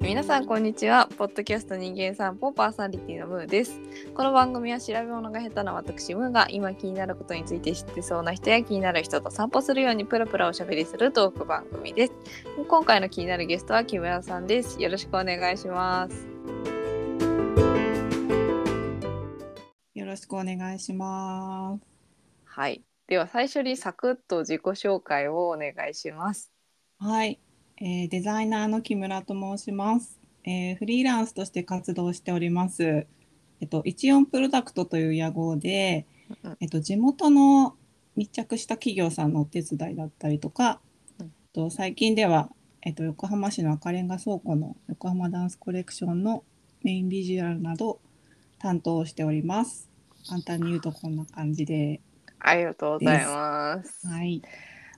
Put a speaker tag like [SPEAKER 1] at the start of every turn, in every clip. [SPEAKER 1] 皆さんこんにちはポッドキャスト人間散歩パーソナリティのムーですこの番組は調べ物が下手な私ムーが今気になることについて知ってそうな人や気になる人と散歩するようにプラプラおしゃべりするトーク番組です今回の気になるゲストは木村さんですよろしくお願いします
[SPEAKER 2] よろしくお願いします。
[SPEAKER 1] はいでは最初にサクッと自己紹介をお願いします
[SPEAKER 2] はい、えーデザイナーの木村と申します、えーフリーランスとして活動しております。えっと、14プロダクトという屋号で
[SPEAKER 1] うん、
[SPEAKER 2] えっと、地元の密着した企業さんのお手伝いだったりとか、
[SPEAKER 1] うん
[SPEAKER 2] えっと、最近では、えっと、横浜市の赤レンガ倉庫の横浜ダンスコレクションのメインビジュアルなど担当しております。簡単に言うとこんな感じで。
[SPEAKER 1] ありがとうございます
[SPEAKER 2] はい。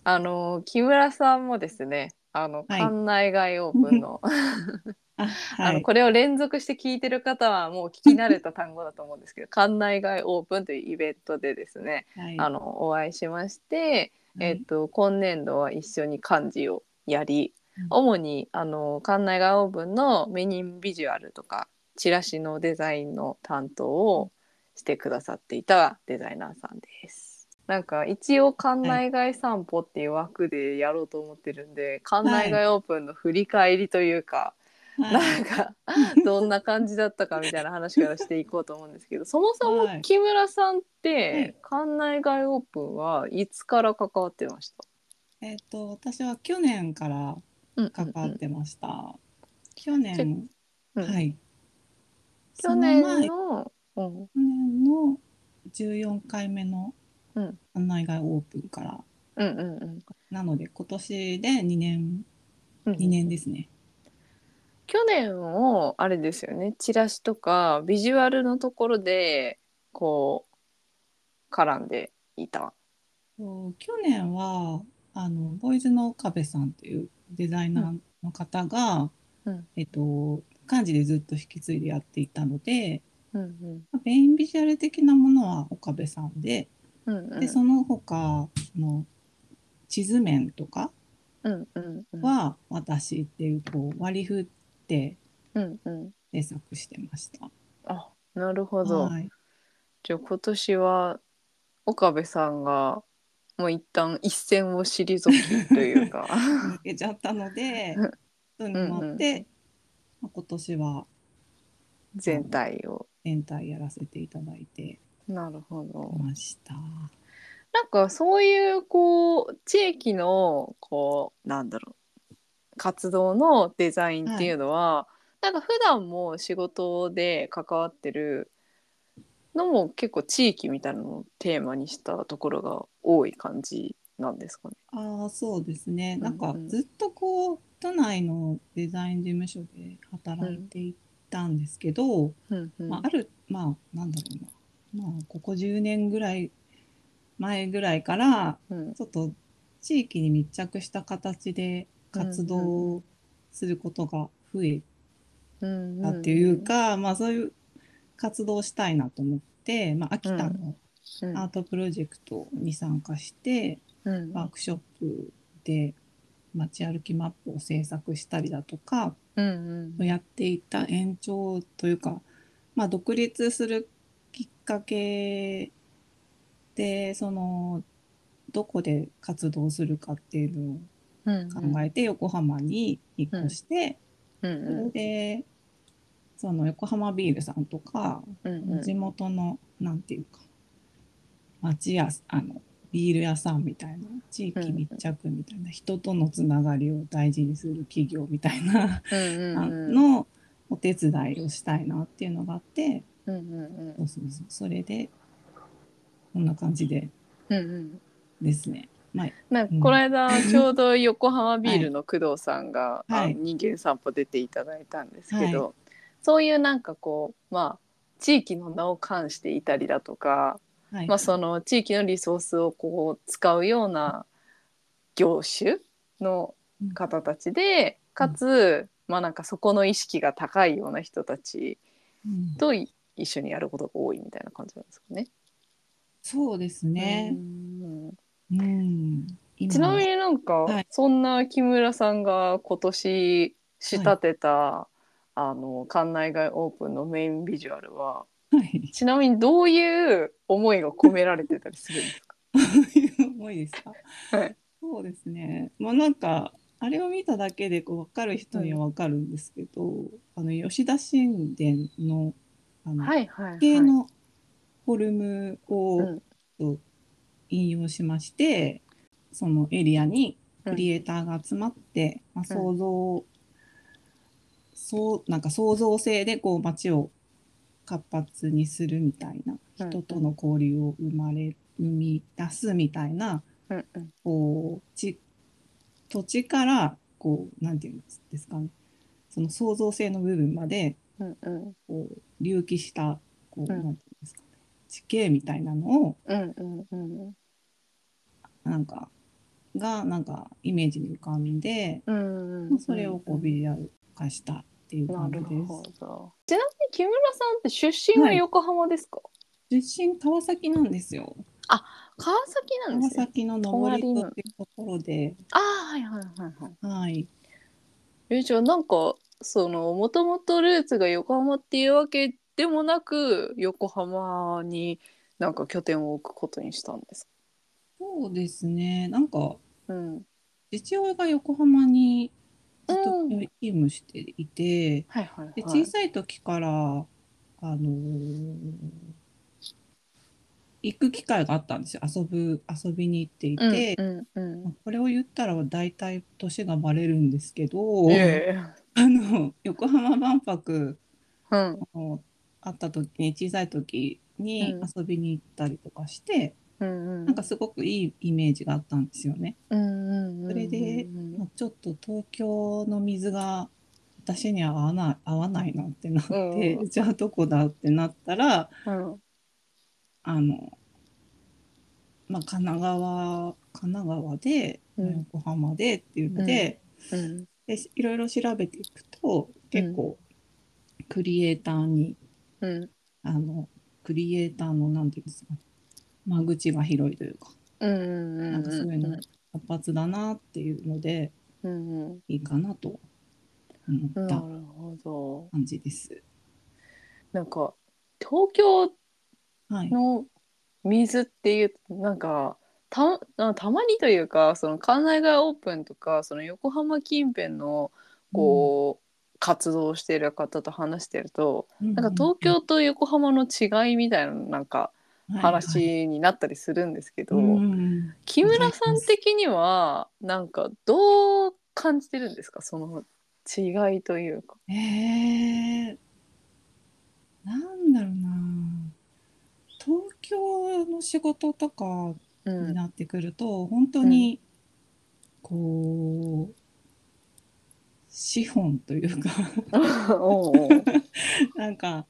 [SPEAKER 1] あの木村さんもですねあの
[SPEAKER 2] はい
[SPEAKER 1] 館内外オープンの
[SPEAKER 2] あ、
[SPEAKER 1] あ
[SPEAKER 2] は
[SPEAKER 1] の
[SPEAKER 2] い。
[SPEAKER 1] これを連続して聞いてる方はもう聞き慣れた単語だと思うんですけど 館内外オープンというイベントでですね
[SPEAKER 2] はい
[SPEAKER 1] あのお会いしまして、えっと今年度は一緒に漢字をやり
[SPEAKER 2] うん
[SPEAKER 1] 主にあの館内外オープンのメニンビジュアルとかチラシのデザインの担当をしてくださっていたデザイナーさんです。なんか一応館内外散歩っていう枠でやろうと思ってるんで、館内外オープンの振り返りというか、
[SPEAKER 2] はい
[SPEAKER 1] なんかどんな感じだったかみたいな話からしていこうと思うんですけどそもそ
[SPEAKER 2] は
[SPEAKER 1] も
[SPEAKER 2] い
[SPEAKER 1] 木村さんっ
[SPEAKER 2] はい
[SPEAKER 1] て館内外オープンはいつから関わってました、
[SPEAKER 2] えっ、と私は去年から
[SPEAKER 1] うんうん
[SPEAKER 2] 関わ
[SPEAKER 1] うん
[SPEAKER 2] ってました。去年、
[SPEAKER 1] うん
[SPEAKER 2] はい。
[SPEAKER 1] 去年
[SPEAKER 2] その前去
[SPEAKER 1] の、うん、
[SPEAKER 2] 年の14回目の
[SPEAKER 1] うん
[SPEAKER 2] 案内外オープンから、
[SPEAKER 1] うんうん
[SPEAKER 2] なので今年で2年
[SPEAKER 1] うん
[SPEAKER 2] 2年ですね。
[SPEAKER 1] 去年をあれですよねチラシとかビジュアルのところでこう絡んでいた。
[SPEAKER 2] そう去年はあのボーイズの岡部さんというデザイナーの方が、
[SPEAKER 1] うん
[SPEAKER 2] えっ、と漢字でずっと引き継いでやっていたので、
[SPEAKER 1] うんうん
[SPEAKER 2] メインビジュアル的なものは岡部さんで。
[SPEAKER 1] うんうん
[SPEAKER 2] でその他その地図面とか
[SPEAKER 1] うんうんうん
[SPEAKER 2] は私っていうこう割り振って
[SPEAKER 1] うんうん
[SPEAKER 2] 制作してました。
[SPEAKER 1] あなるほど。
[SPEAKER 2] はい、
[SPEAKER 1] じゃあ今年は岡部さんがもう一旦一線を退きという か
[SPEAKER 2] 抜けちゃった ので
[SPEAKER 1] うん
[SPEAKER 2] 人にもって、まあ今年は
[SPEAKER 1] 全体を。
[SPEAKER 2] 全体やらせていただいて
[SPEAKER 1] なるほど。
[SPEAKER 2] ました。
[SPEAKER 1] なんかそういうこう地域のこうなんだろう活動のデザインっていうのは、なんか普段も仕事で関わってるのも結構地域みたいなのをテーマにしたところが多い感じなんですかね。
[SPEAKER 2] ああそうですねなんか
[SPEAKER 1] うんうん
[SPEAKER 2] ずっとこう都内のデザイン事務所で働いていたんですけど、
[SPEAKER 1] うんうん
[SPEAKER 2] まあ、あるまあなんだろうな、まあ、ここ10年ぐらい前ぐらいから
[SPEAKER 1] うん
[SPEAKER 2] ちょっと地域に密着した形で活動をすることが増え
[SPEAKER 1] うん
[SPEAKER 2] たっていう、か、まあ、そういう活動をしたいなと思って、まあ、秋田の
[SPEAKER 1] うん
[SPEAKER 2] アートプロジェクトに参加して、
[SPEAKER 1] うん
[SPEAKER 2] ワークショップで街歩きマップを制作したりだとか、
[SPEAKER 1] うんうん
[SPEAKER 2] やっていた延長というか、まあ、独立するきっかけでそのどこで活動するかっていうのを
[SPEAKER 1] うん
[SPEAKER 2] 考えて横浜に引っ越し
[SPEAKER 1] う
[SPEAKER 2] て、
[SPEAKER 1] ん
[SPEAKER 2] それでその横浜ビールさんとか、
[SPEAKER 1] うんうん
[SPEAKER 2] 地元のなんていうか町やあのビール屋さんみたいな地域密着みたいな、人とのつながりを大事にする企業みたいな。
[SPEAKER 1] うん
[SPEAKER 2] あ
[SPEAKER 1] うん
[SPEAKER 2] のお手伝いをしたいなっていうのがあって
[SPEAKER 1] うんうん
[SPEAKER 2] そうそうそうそれでこんな感じで
[SPEAKER 1] うんうん
[SPEAKER 2] ですね。まあ、
[SPEAKER 1] なんか
[SPEAKER 2] うん
[SPEAKER 1] この間ちょうど横浜ビールの工藤さんが「
[SPEAKER 2] はいはい
[SPEAKER 1] あの人間散歩」出ていただいたんですけど、そういうなんかこうまあ地域の名を冠していたりだとか、
[SPEAKER 2] はい
[SPEAKER 1] まあ、その地域のリソースをこう使うような業種の方たちでかつ、まあなんかそこの意識が高いような人たち
[SPEAKER 2] うん
[SPEAKER 1] とい一緒にやることが多いみたいな感じなんですかね。
[SPEAKER 2] そうですね。
[SPEAKER 1] うん
[SPEAKER 2] うん今
[SPEAKER 1] ちなみになんか、
[SPEAKER 2] はい
[SPEAKER 1] そんな木村さんが今年仕立てたあの館内外オープンのメインビジュアルは
[SPEAKER 2] はい。
[SPEAKER 1] ちなみにどういう思いが込められてたりするんですか
[SPEAKER 2] そういう思いですか。
[SPEAKER 1] はい
[SPEAKER 2] そうですね。まあなんかあれを見ただけでこう分かる人には分かるんですけど、あの吉田神殿のあの
[SPEAKER 1] はいはい、はい、
[SPEAKER 2] 系のフォルムを
[SPEAKER 1] うん
[SPEAKER 2] 引用しまして、そのエリアにクリエイターが集まって、まあ、
[SPEAKER 1] うん
[SPEAKER 2] 想像、そうなんか創造性でこう街を活発にするみたいな
[SPEAKER 1] うん
[SPEAKER 2] 人との交流を生まれ生み出すみたいな
[SPEAKER 1] うんうん
[SPEAKER 2] こうち土地からこうなんていうんですかねその創造性の部分まで
[SPEAKER 1] うんうん
[SPEAKER 2] こう隆起したこう、
[SPEAKER 1] うん
[SPEAKER 2] なんていうんですかね地形みたいなのを
[SPEAKER 1] うんうんうん
[SPEAKER 2] なんかがなんかイメージに浮かんで、
[SPEAKER 1] うん
[SPEAKER 2] まあそれをこうビジュアル化したっていう
[SPEAKER 1] な
[SPEAKER 2] 感じ
[SPEAKER 1] る
[SPEAKER 2] です。
[SPEAKER 1] ほど。ちなみに木村さんって出身は横浜ですか？
[SPEAKER 2] 出身川崎なんですよ。
[SPEAKER 1] 川崎なん
[SPEAKER 2] 川
[SPEAKER 1] ですね。
[SPEAKER 2] 崎の上
[SPEAKER 1] 隣
[SPEAKER 2] り戸
[SPEAKER 1] の
[SPEAKER 2] っていうところで、
[SPEAKER 1] ああはいはいはいはい。
[SPEAKER 2] はい、
[SPEAKER 1] えじゃあなんかそのもともとルーツが横浜っていうわけでもなく横浜になんか拠点を置くことにしたんです
[SPEAKER 2] そうですね。なんか
[SPEAKER 1] か。うん。
[SPEAKER 2] 父親が横浜にずっと
[SPEAKER 1] うん
[SPEAKER 2] 勤務していて、
[SPEAKER 1] はいはいはい。
[SPEAKER 2] で小さい時から、あのー行く機会があったんですよ遊ぶ遊びに行っていて、
[SPEAKER 1] うんうん
[SPEAKER 2] まあこれを言ったら大体年がバレるんですけど、
[SPEAKER 1] うん。ええ。
[SPEAKER 2] あの横浜万博
[SPEAKER 1] うん
[SPEAKER 2] のあった時に小さい時に
[SPEAKER 1] うん
[SPEAKER 2] 遊びに行ったりとかして、
[SPEAKER 1] うんうん。
[SPEAKER 2] なんかすごくいいイメージがあったんですよね。
[SPEAKER 1] うんうんうんうんうん。
[SPEAKER 2] それで
[SPEAKER 1] うん
[SPEAKER 2] まあちょっと東京の水が私には合わない合わないなってなって、
[SPEAKER 1] う
[SPEAKER 2] じゃあどこだってなったらあの、まあ、神奈川神奈川で、
[SPEAKER 1] うん
[SPEAKER 2] 横浜でっていうので,、
[SPEAKER 1] うん
[SPEAKER 2] でいろいろ調べていくと結構クリエイターに、
[SPEAKER 1] うん
[SPEAKER 2] あのクリエイターのなんていうんですか間口が広いというか
[SPEAKER 1] うんうん。
[SPEAKER 2] なんかそういうの活発だなっていうので
[SPEAKER 1] うんうん。
[SPEAKER 2] いいかなと思
[SPEAKER 1] な
[SPEAKER 2] っ
[SPEAKER 1] る
[SPEAKER 2] た
[SPEAKER 1] ほど。
[SPEAKER 2] 感じです。
[SPEAKER 1] なんか東京
[SPEAKER 2] はい、
[SPEAKER 1] の水っていうなんかたたまにというかその関内街オープンとかその横浜近辺のこう、活動している方と話してると、
[SPEAKER 2] うん
[SPEAKER 1] なんか東京と横浜の違いみたいななんか話になったりするんですけど、
[SPEAKER 2] はいはいうん
[SPEAKER 1] 木村さん的にはなんかどう感じてるんですかその違いというか。
[SPEAKER 2] えー、なんだろうな東京の仕事とか
[SPEAKER 1] うん
[SPEAKER 2] になってくると、本当にこう資本というか
[SPEAKER 1] おうおう
[SPEAKER 2] なんか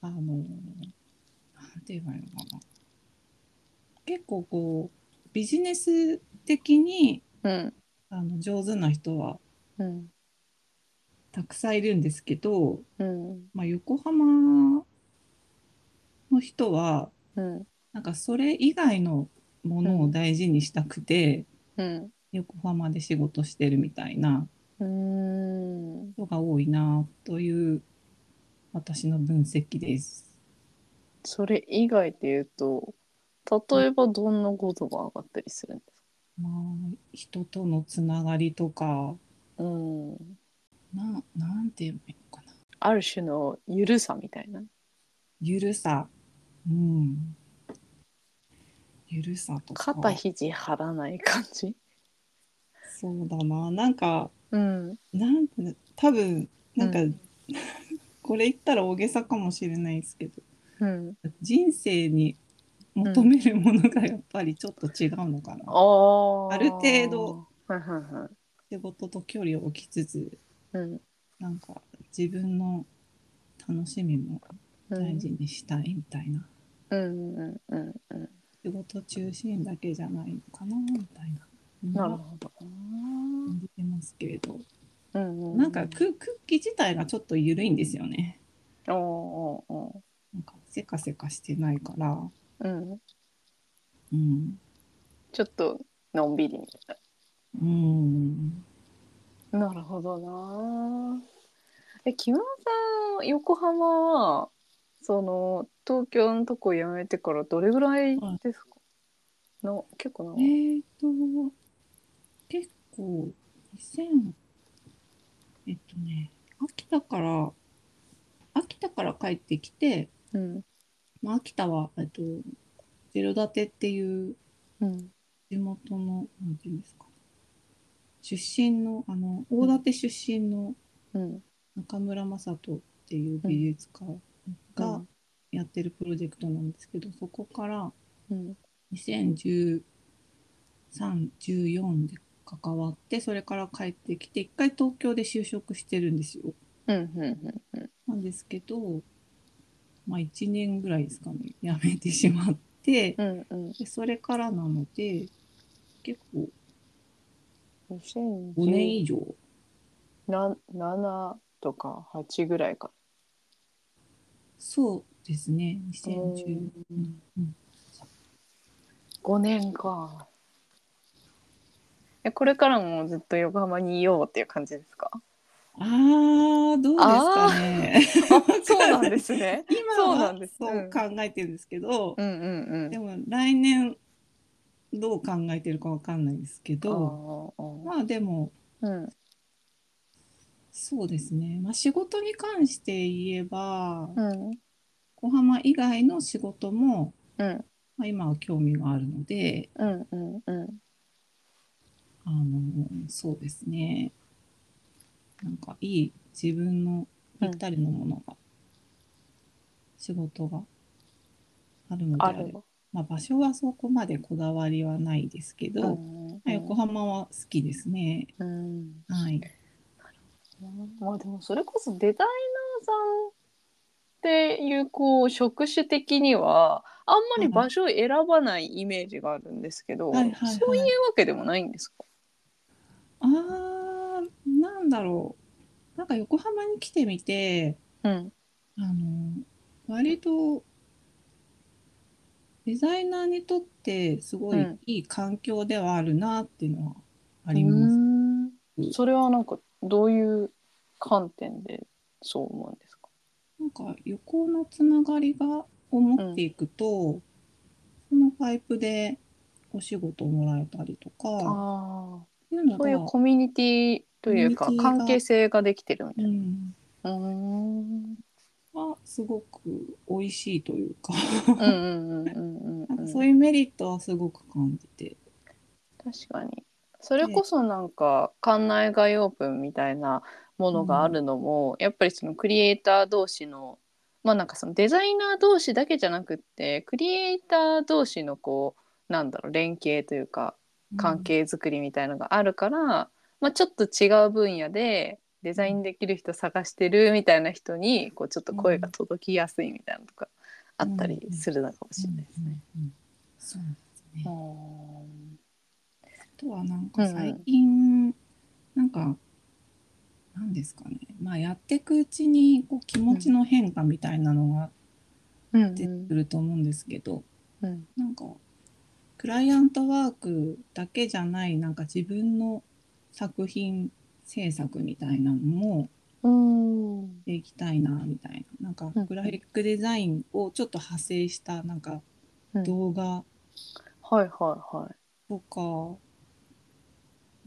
[SPEAKER 2] あのなんて言えばいいのかな結構こうビジネス的に
[SPEAKER 1] うん
[SPEAKER 2] あの上手な人は
[SPEAKER 1] うん
[SPEAKER 2] たくさんいるんですけど、
[SPEAKER 1] うん
[SPEAKER 2] まあ、横浜の人は
[SPEAKER 1] うん
[SPEAKER 2] なんかそれ以外のものを大事にしたくて、
[SPEAKER 1] うん
[SPEAKER 2] 横浜で仕事してるみたいな
[SPEAKER 1] うーん
[SPEAKER 2] 人が多いなという私の分析です。
[SPEAKER 1] それ以外で言うと例えばどんなことが上がったりするんです
[SPEAKER 2] まあ、人とのつながりとか
[SPEAKER 1] か、うん、
[SPEAKER 2] ななんて言えばいいのかな
[SPEAKER 1] ある種のゆるさみたいな、
[SPEAKER 2] ゆるさ、うん、ゆるさとか
[SPEAKER 1] 肩肘張らない感じ、
[SPEAKER 2] そうだななんか
[SPEAKER 1] うん、
[SPEAKER 2] なんて多分なんか、
[SPEAKER 1] う
[SPEAKER 2] これ言ったら大げさかもしれないですけど
[SPEAKER 1] うん、
[SPEAKER 2] 人生に求めるものがやっぱりちょっと違うのかな、
[SPEAKER 1] あ
[SPEAKER 2] ある程度
[SPEAKER 1] はいはいはい
[SPEAKER 2] 仕事と距離を置きつつ
[SPEAKER 1] うん
[SPEAKER 2] なんか自分の楽しみも
[SPEAKER 1] うん
[SPEAKER 2] 大事にしたいみたいな、
[SPEAKER 1] うんうんうんうん
[SPEAKER 2] 仕事中心だけじゃないのかなみたいな
[SPEAKER 1] なるほど
[SPEAKER 2] 感じてますけれど
[SPEAKER 1] うんう
[SPEAKER 2] なんかククッキー自体がちょっと緩いんですよね
[SPEAKER 1] おうおうお
[SPEAKER 2] なんかせかせかしてないから、
[SPEAKER 1] ううん
[SPEAKER 2] うん、
[SPEAKER 1] ちょっとのんびりみたいな
[SPEAKER 2] うん
[SPEAKER 1] なるほどな。え木村さん横浜はその東京のとこ辞めてからどれぐらいですか、の結構な、
[SPEAKER 2] えーと、結構、2000、えっとね、秋田から、秋田から帰ってきて、
[SPEAKER 1] うん
[SPEAKER 2] まあ、秋田は、えっと、ゼロ建てっていう
[SPEAKER 1] うん
[SPEAKER 2] 地元の、なんていうんですか、出身の、あの、大館出身の
[SPEAKER 1] うん
[SPEAKER 2] 中村雅人っていう美術家がやってるプロジェクトなんですけど、そこから、
[SPEAKER 1] うん
[SPEAKER 2] 201314で関わってそれから帰ってきて一回東京で就職してるんですよ
[SPEAKER 1] うんうんうん
[SPEAKER 2] なんですけどまあ1年ぐらいですかね辞めてしまって
[SPEAKER 1] うんうん
[SPEAKER 2] でそれからなので結構
[SPEAKER 1] うん2010
[SPEAKER 2] 5年以上
[SPEAKER 1] な7とか8ぐらいか
[SPEAKER 2] そうですね2010
[SPEAKER 1] 5年かえこれからもずっと横浜にいようっていう感じですか
[SPEAKER 2] あーどうですかね
[SPEAKER 1] あ そうなんですね
[SPEAKER 2] 今
[SPEAKER 1] そうな
[SPEAKER 2] は
[SPEAKER 1] んです
[SPEAKER 2] そう考えてるんですけど、
[SPEAKER 1] うんうん
[SPEAKER 2] でも来年どう考えてるかわかんないですけど
[SPEAKER 1] うんあ
[SPEAKER 2] まあでも
[SPEAKER 1] あああうん
[SPEAKER 2] そうですね、まあ、仕事に関して言えば
[SPEAKER 1] うん
[SPEAKER 2] 小浜以外の仕事も、
[SPEAKER 1] うん
[SPEAKER 2] まあ、今は興味があるので
[SPEAKER 1] うんうんうん
[SPEAKER 2] あのそうですねなんかいい自分のぴったりのものが、仕事があるのであ
[SPEAKER 1] あ
[SPEAKER 2] れば
[SPEAKER 1] るわ
[SPEAKER 2] まあ、場所はそこまでこだわりはないですけど、
[SPEAKER 1] う
[SPEAKER 2] ま
[SPEAKER 1] んうん
[SPEAKER 2] あ横浜は好きですね。
[SPEAKER 1] うん
[SPEAKER 2] はい
[SPEAKER 1] まあでもそれこそデザイナーさんっていうこう職種的にはあんまり場所を選ばないイメージがあるんですけど、
[SPEAKER 2] はいはいはいはい
[SPEAKER 1] そういうわけでもないんですか
[SPEAKER 2] あーなんだろうなんか横浜に来てみて
[SPEAKER 1] うん
[SPEAKER 2] あの割とデザイナーにとってすご
[SPEAKER 1] うん
[SPEAKER 2] いいい環境ではあるなっていうのはあ
[SPEAKER 1] あ
[SPEAKER 2] ります。
[SPEAKER 1] それはなんかどういう観点でそう思うんですか
[SPEAKER 2] なんか横のつながりがを持っていくと、そのパイプでお仕事をもらえたりとか
[SPEAKER 1] ああ
[SPEAKER 2] っていうの
[SPEAKER 1] そういう
[SPEAKER 2] が
[SPEAKER 1] コミュニティというか
[SPEAKER 2] コミュニティが
[SPEAKER 1] 関係性ができてるみた
[SPEAKER 2] う
[SPEAKER 1] い
[SPEAKER 2] ん、
[SPEAKER 1] な。うーん
[SPEAKER 2] はすごく美味しいというか
[SPEAKER 1] うんうんうんうん
[SPEAKER 2] な
[SPEAKER 1] う
[SPEAKER 2] んか
[SPEAKER 1] ん
[SPEAKER 2] そういうメリットはすごく感じて
[SPEAKER 1] 確かにそれこそなんか館内外オープンみたいなものがあるのも、やっぱりそのクリエイター同士のまあなんかそのデザイナー同士だけじゃなくってクリエイター同士のこうなんだろう連携というか関係づくりみたいのがあるから、まあ、ちょっと違う分野でデザインできる人探してるみたいな人にこうちょっと声が届きやすいみたいなのとかあったりするのかもしれないですね。
[SPEAKER 2] うんうんうんそうですね。あ
[SPEAKER 1] うん
[SPEAKER 2] とはなん
[SPEAKER 1] う
[SPEAKER 2] か
[SPEAKER 1] んうん
[SPEAKER 2] 最近、なんかなんですかね。まあやっていくうちにこう気持ちの変化みたいなのが
[SPEAKER 1] うんう
[SPEAKER 2] 出て
[SPEAKER 1] ん
[SPEAKER 2] くると思うんですけど、
[SPEAKER 1] うん
[SPEAKER 2] なんかクライアントワークだけじゃないなんか自分の作品制作みたいなのも
[SPEAKER 1] うん
[SPEAKER 2] していきたいなみたいななんか
[SPEAKER 1] んうん
[SPEAKER 2] グラフィックデザインをちょっと派生したなんか
[SPEAKER 1] うん
[SPEAKER 2] 動画、
[SPEAKER 1] はいはいはい。
[SPEAKER 2] とか、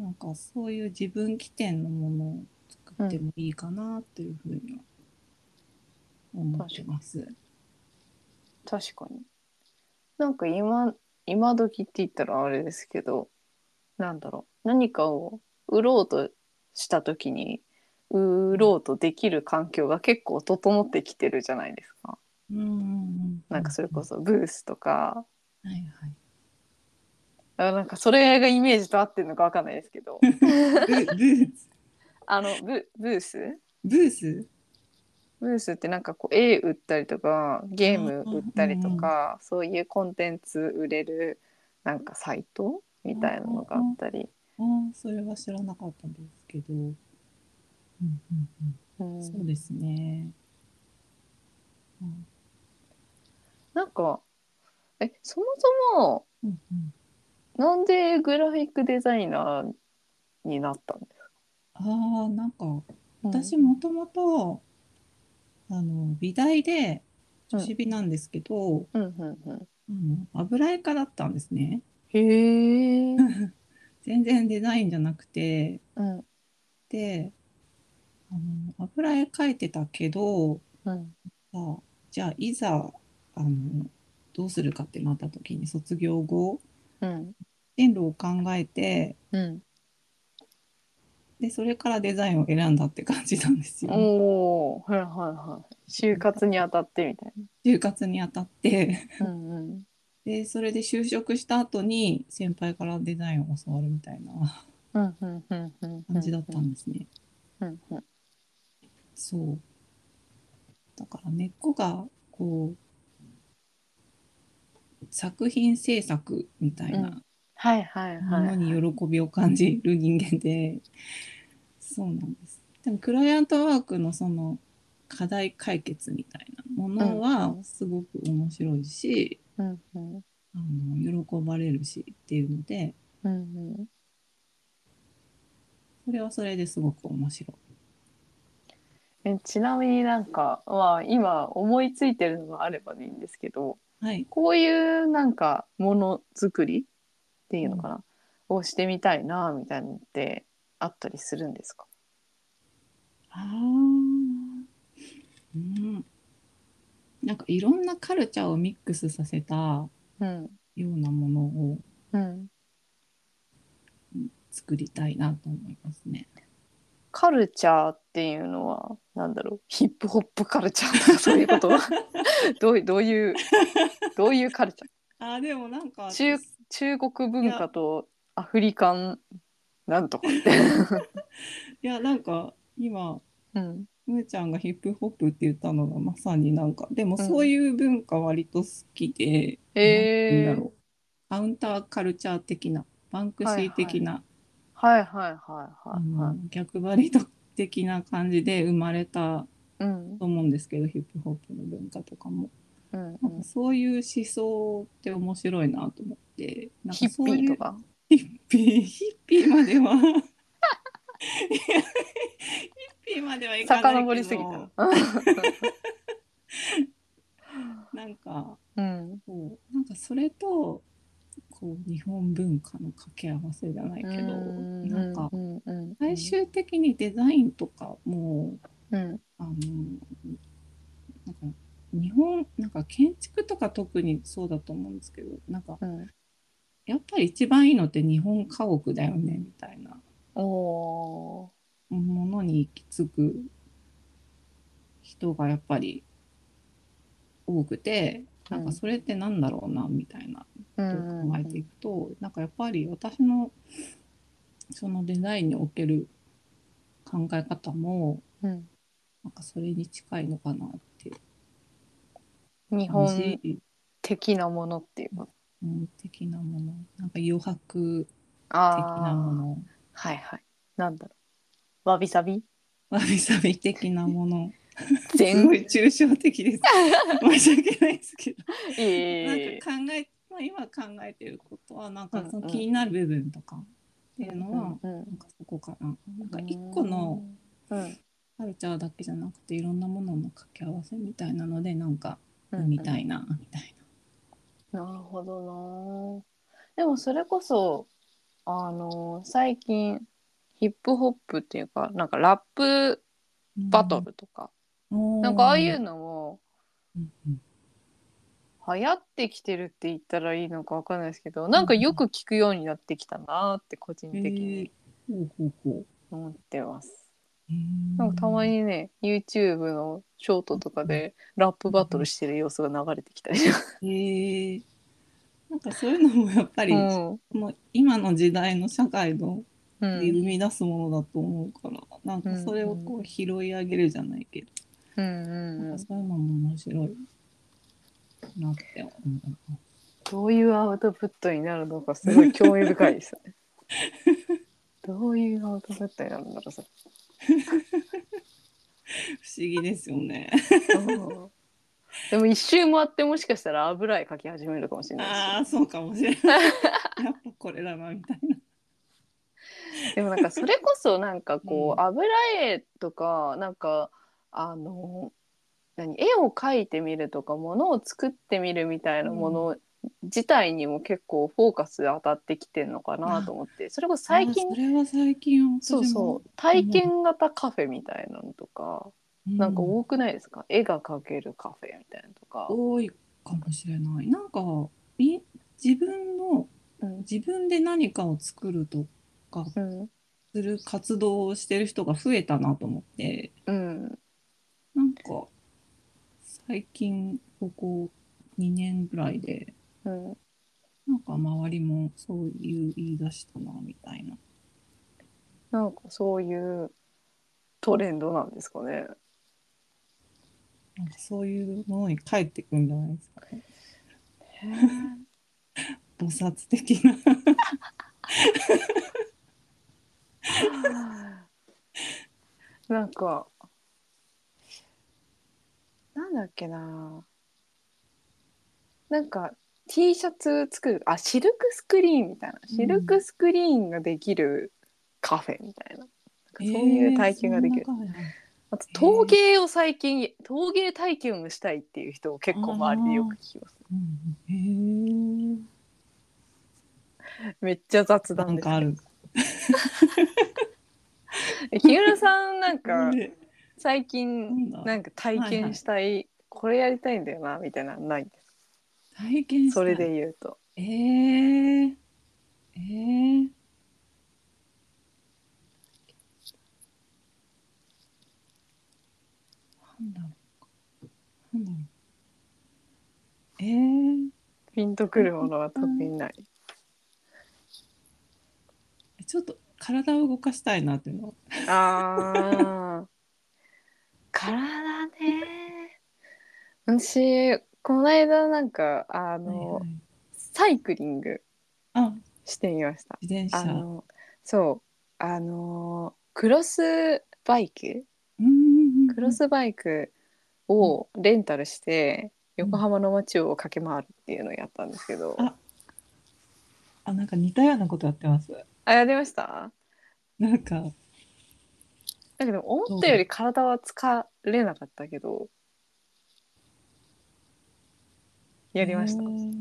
[SPEAKER 2] なんかそういう自分起点のものを作ってもいいかなというふうには思ってます。
[SPEAKER 1] 確かに。なんか今、今時って言ったらあれですけど、なんだろう。何かを売ろうとした時に、売ろうとできる環境が結構整ってきてるじゃないですか。
[SPEAKER 2] うんうんうん
[SPEAKER 1] なんかそれこ。そブースとか、
[SPEAKER 2] はいは
[SPEAKER 1] あなんかそれがイメージと合ってるのかわかんないですけど、
[SPEAKER 2] い。ブブース
[SPEAKER 1] あの、ブブース
[SPEAKER 2] ブース
[SPEAKER 1] ブースってなんかこう絵売ったりとかゲーム売ったりとか、そういうコンテンツ売れるなんかサイトみたいなのがあったり、
[SPEAKER 2] ああ、それは知らなかったんですけど。うんうん
[SPEAKER 1] うん
[SPEAKER 2] うん、そうですね。うん
[SPEAKER 1] なんかえそもそも
[SPEAKER 2] うんうん、
[SPEAKER 1] なんでグラフィックデザイナーになったんです
[SPEAKER 2] ああ、なんか、
[SPEAKER 1] か、
[SPEAKER 2] 私もともとあの美大で女子美なんですけど、
[SPEAKER 1] うんうんうん
[SPEAKER 2] あの油絵科だったんですね
[SPEAKER 1] へえ
[SPEAKER 2] 全然デザインじゃなくて
[SPEAKER 1] うん
[SPEAKER 2] であの油絵描いてたけど
[SPEAKER 1] うん
[SPEAKER 2] あじゃあいざあのどうするかってなった時に卒業後
[SPEAKER 1] うん
[SPEAKER 2] 進路を考えて
[SPEAKER 1] うん
[SPEAKER 2] でそれからデザインを選んだって感じなんですよ。
[SPEAKER 1] おおはいはいはい就活に当たってみたい
[SPEAKER 2] 就活にあたって
[SPEAKER 1] なうんうん
[SPEAKER 2] でそれで就職した後に先輩からデザインを教わるみたいな
[SPEAKER 1] うんうんうんうん
[SPEAKER 2] 感じだったんですね。
[SPEAKER 1] うんうん
[SPEAKER 2] そうだから根っこがこう作品制作みたいな、
[SPEAKER 1] うんはいはい
[SPEAKER 2] もの
[SPEAKER 1] はい
[SPEAKER 2] に喜びを感じる人間で、そうなんです。でもクライアントワークのその課題解決みたいなものは
[SPEAKER 1] うん
[SPEAKER 2] すごく面白いし、
[SPEAKER 1] うんうん
[SPEAKER 2] あの喜ばれるしっていうので、
[SPEAKER 1] うんうん
[SPEAKER 2] それはそれですごく面白い。
[SPEAKER 1] えちなみになんか、まあ、今思いついてるのがあればでいいんですけど
[SPEAKER 2] はい。
[SPEAKER 1] こういうなんかものづくりっていうのかな、をしてみたいなみたいなのってあったりするんですか
[SPEAKER 2] あーうん。なんかいろんなカルチャーをミックスさせたよ
[SPEAKER 1] うん
[SPEAKER 2] うなものを
[SPEAKER 1] うん
[SPEAKER 2] 作りたいなと思いますね。
[SPEAKER 1] カルチャーっていうのはなんだろうヒップホップカルチャーとかそういう ことどういどういうどういうカルチャー
[SPEAKER 2] あーでもなんか
[SPEAKER 1] 中中国文化とアフリカンなんとかって、
[SPEAKER 2] いやなんか今
[SPEAKER 1] うん、
[SPEAKER 2] むーちゃんがヒップホップって言ったのがまさになんかでも
[SPEAKER 1] うん
[SPEAKER 2] そういう文化割と好きで、
[SPEAKER 1] へー
[SPEAKER 2] なんて言うんだろうカウンターカルチャー的なバンクシー的な、
[SPEAKER 1] はいはいはいは
[SPEAKER 2] あ
[SPEAKER 1] い
[SPEAKER 2] の
[SPEAKER 1] はい、
[SPEAKER 2] 逆張り的な感じで生まれた
[SPEAKER 1] うん
[SPEAKER 2] と思うんですけどヒップホップの文化とかも、
[SPEAKER 1] うんう
[SPEAKER 2] なん
[SPEAKER 1] ん
[SPEAKER 2] か、そういう思想って面白いなと思ってなん
[SPEAKER 1] ヒ
[SPEAKER 2] か
[SPEAKER 1] ッ
[SPEAKER 2] そう
[SPEAKER 1] ピ
[SPEAKER 2] い
[SPEAKER 1] ー
[SPEAKER 2] う
[SPEAKER 1] とか
[SPEAKER 2] ヒッピー ヒッピーまでは いやヒッピーまではいかないけ
[SPEAKER 1] 遡
[SPEAKER 2] ど
[SPEAKER 1] りすぎた。
[SPEAKER 2] なんか
[SPEAKER 1] うん、
[SPEAKER 2] こうなんかそれとこう日本文化の掛け合わせじゃないけどなんか
[SPEAKER 1] うんうん、
[SPEAKER 2] 最終的にデザインとかも
[SPEAKER 1] うん、
[SPEAKER 2] あのなんか日本なんか建築とか特にそうだと思うんですけどなんか
[SPEAKER 1] うん、
[SPEAKER 2] やっぱり一番いいのって日本家屋だよねみたいな
[SPEAKER 1] おお
[SPEAKER 2] ものに行き着く人がやっぱり多くてなんかそれってなんだろうなみたいな
[SPEAKER 1] ー、うん
[SPEAKER 2] を考えていくと、なんかやっぱり私のそのデザインにおける考え方も
[SPEAKER 1] うん
[SPEAKER 2] なんかそれに近いのかなって
[SPEAKER 1] うん、日
[SPEAKER 2] 感
[SPEAKER 1] 本
[SPEAKER 2] じ
[SPEAKER 1] 的なものっていうこと。
[SPEAKER 2] うん的なものなんか余白的なも
[SPEAKER 1] ああ、
[SPEAKER 2] の
[SPEAKER 1] はいはい。なんだろう。わびさび。
[SPEAKER 2] わびさび的なものす
[SPEAKER 1] 全
[SPEAKER 2] ごい抽象的 です申し訳ないですけど、
[SPEAKER 1] ええ
[SPEAKER 2] なんか考え、まあ、今考えてることはなんかそ
[SPEAKER 1] うんう
[SPEAKER 2] の
[SPEAKER 1] ん
[SPEAKER 2] 気になる部分とかっていうのは、
[SPEAKER 1] うんうん
[SPEAKER 2] なんかそこかななんか一個の、
[SPEAKER 1] うん、
[SPEAKER 2] カルチャーだけじゃなくていろんなものの掛け合わせみたいなのでなんか
[SPEAKER 1] うん
[SPEAKER 2] みたいな、みたい
[SPEAKER 1] なるほどな。でもそれこそあの最近ヒップホップっていうかなんかラップ
[SPEAKER 2] な。
[SPEAKER 1] バトルとか、
[SPEAKER 2] うん
[SPEAKER 1] なんかああいう、のも
[SPEAKER 2] うんうん
[SPEAKER 1] 流行ってきてるって言ったらいいのかわかんないですけどなんかよく聞くようになってきたなって個人
[SPEAKER 2] へ
[SPEAKER 1] 的に
[SPEAKER 2] えほうほうほう
[SPEAKER 1] 思ってます。
[SPEAKER 2] うん
[SPEAKER 1] なんかたまにね YouTube のショートとかでラップバトルしてる様子が流れてきたり、
[SPEAKER 2] へえなんかそういうのもやっぱり、
[SPEAKER 1] うん
[SPEAKER 2] もう今の時代の社会の
[SPEAKER 1] う
[SPEAKER 2] 生
[SPEAKER 1] ん
[SPEAKER 2] み出すものだと思うから、なんかそれをこう拾い上げるじゃないけど、
[SPEAKER 1] うんうんう
[SPEAKER 2] なんんか、そういうのも面白いなって思うな。
[SPEAKER 1] どういうアウトプットになるのかすごい興味深いです ね。どういうアウトプットになるのかさ。
[SPEAKER 2] 不思議ですよ ね。
[SPEAKER 1] うんでも一周回ってもしかしたら油絵描き始めるかもしれない
[SPEAKER 2] あ
[SPEAKER 1] で
[SPEAKER 2] あそうかもしれない。やっぱこれだなみたいな。
[SPEAKER 1] すでもなんかそれこそなんかこう、油絵とかなんかあの何絵を描いてみるとかものを作ってみるみたいなもの自体にも結構フォーカス当たってきてんのかなと思ってそれこそ最近
[SPEAKER 2] あーそれは最近私も
[SPEAKER 1] そうそう体験型カフェみたいなのとか、
[SPEAKER 2] う
[SPEAKER 1] なんか多くないですか絵が描けるカフェみたいなのとか。
[SPEAKER 2] 多いかもしれないなんかみ自分の
[SPEAKER 1] うん
[SPEAKER 2] 自分で何かを作るとか
[SPEAKER 1] うん
[SPEAKER 2] する活動をしてる人が増えたなと思って
[SPEAKER 1] うん
[SPEAKER 2] なんか最近ここ2年ぐらいで
[SPEAKER 1] うん
[SPEAKER 2] なんか周りもそういう言い出したなみたいな
[SPEAKER 1] なんかそういうトレンドなんですかね。
[SPEAKER 2] なんかそういうものに帰ってくんじゃないですかね菩薩的 な
[SPEAKER 1] なんかなんだっけななんか T シャツ作るあシルクスクリーンみたいなシルクスクリーンができるカフェみたいな,、なんかそういう体験ができる
[SPEAKER 2] え、ーそんな感じ
[SPEAKER 1] あと陶芸を最近陶芸体験をしたいっていう人を結構周りでよく聞きます
[SPEAKER 2] うん
[SPEAKER 1] めっちゃ雑
[SPEAKER 2] へーな
[SPEAKER 1] 談
[SPEAKER 2] ん
[SPEAKER 1] です
[SPEAKER 2] かある
[SPEAKER 1] え木村さんなんか
[SPEAKER 2] で
[SPEAKER 1] 最近
[SPEAKER 2] なんだ
[SPEAKER 1] なんか体験したい、これやりたいんだよなみたいなのないんです
[SPEAKER 2] 体験した
[SPEAKER 1] そ
[SPEAKER 2] い
[SPEAKER 1] れで言うと
[SPEAKER 2] えー、えー、なんだろうなんだろうえー、
[SPEAKER 1] ピンとくるものは特にない、
[SPEAKER 2] ちょっと体を動かしたいなっていうの
[SPEAKER 1] あ
[SPEAKER 2] は
[SPEAKER 1] ー体ね私この間なんかあの、
[SPEAKER 2] はいはい
[SPEAKER 1] サイクリング
[SPEAKER 2] あ
[SPEAKER 1] してみました
[SPEAKER 2] 自転車
[SPEAKER 1] あのそうあのクロスバイク
[SPEAKER 2] うんうんうん
[SPEAKER 1] クロスバイクをレンタルして横浜の街を駆け回るっていうのをやったんですけど、
[SPEAKER 2] ああなんか似たようなことやってます
[SPEAKER 1] あやりました
[SPEAKER 2] なんか
[SPEAKER 1] だけど思ったより体は疲れなかったけどやりました
[SPEAKER 2] えー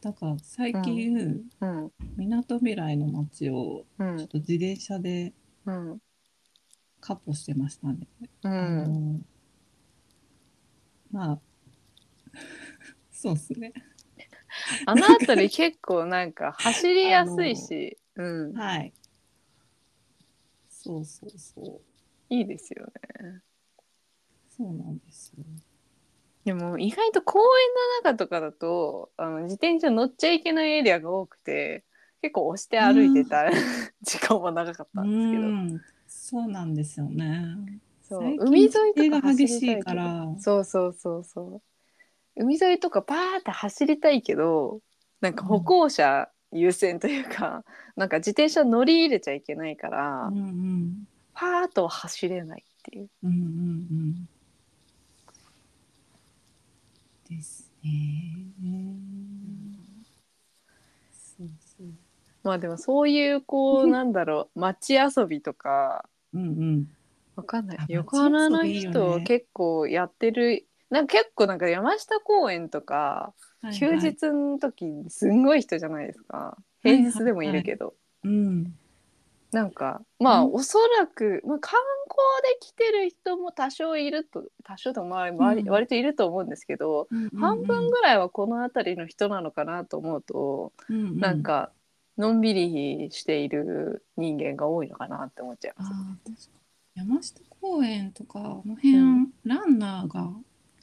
[SPEAKER 2] なんか最近、
[SPEAKER 1] うん
[SPEAKER 2] みなとみらいの街を
[SPEAKER 1] う
[SPEAKER 2] ちょっ
[SPEAKER 1] ん
[SPEAKER 2] と自転車で
[SPEAKER 1] うん
[SPEAKER 2] カ歩してましたね。
[SPEAKER 1] う
[SPEAKER 2] あ
[SPEAKER 1] ん
[SPEAKER 2] のまあ そうですね。
[SPEAKER 1] あの辺り結構なんか走りやすいし、 うん、
[SPEAKER 2] はい。そうそうそう。
[SPEAKER 1] いいですよね
[SPEAKER 2] そうなんですよ。
[SPEAKER 1] でも意外と公園の中とかだとあの自転車乗っちゃいけないエリアが多くて結構押して歩いてた 時間も長かった
[SPEAKER 2] うん
[SPEAKER 1] ですけど、
[SPEAKER 2] ん、そうなんですよね。
[SPEAKER 1] そう
[SPEAKER 2] 最近
[SPEAKER 1] 海沿いとか
[SPEAKER 2] 規制が激
[SPEAKER 1] 走
[SPEAKER 2] し
[SPEAKER 1] りた
[SPEAKER 2] い
[SPEAKER 1] いけ
[SPEAKER 2] か
[SPEAKER 1] ど
[SPEAKER 2] ら。
[SPEAKER 1] そうそうそうそう海沿いとかバーって走りたいけどなんか歩行者優先というか、なんか自転車乗り入れちゃいけないから、
[SPEAKER 2] うんうん。
[SPEAKER 1] パーッとは走れないっていう
[SPEAKER 2] うんうんうん。ですね。そうそう。
[SPEAKER 1] まあでもそういう こうなんだろう街遊びとか
[SPEAKER 2] うんうん。
[SPEAKER 1] わかんない
[SPEAKER 2] あ
[SPEAKER 1] 横浜の
[SPEAKER 2] 街遊びいいよね
[SPEAKER 1] 人結構やってるなんか結構なんか山下公園とか
[SPEAKER 2] はいはい
[SPEAKER 1] 休日の時すんごい人じゃないですか、
[SPEAKER 2] いはい
[SPEAKER 1] 平日でもいるけど、
[SPEAKER 2] うん。
[SPEAKER 1] なんかまあ、
[SPEAKER 2] うん
[SPEAKER 1] おそらく、まあ、観光で来てる人も多少いると多少でもまあ割,、
[SPEAKER 2] うん
[SPEAKER 1] 割といると思うんですけど、半分ぐらいはこの辺りの人なのかなと思うと、
[SPEAKER 2] うん
[SPEAKER 1] なん。かのんびりしている人間が多いのかなって思っちゃい
[SPEAKER 2] あ
[SPEAKER 1] ます。
[SPEAKER 2] ー確か山下公園とかあの辺、
[SPEAKER 1] うん
[SPEAKER 2] ランナーが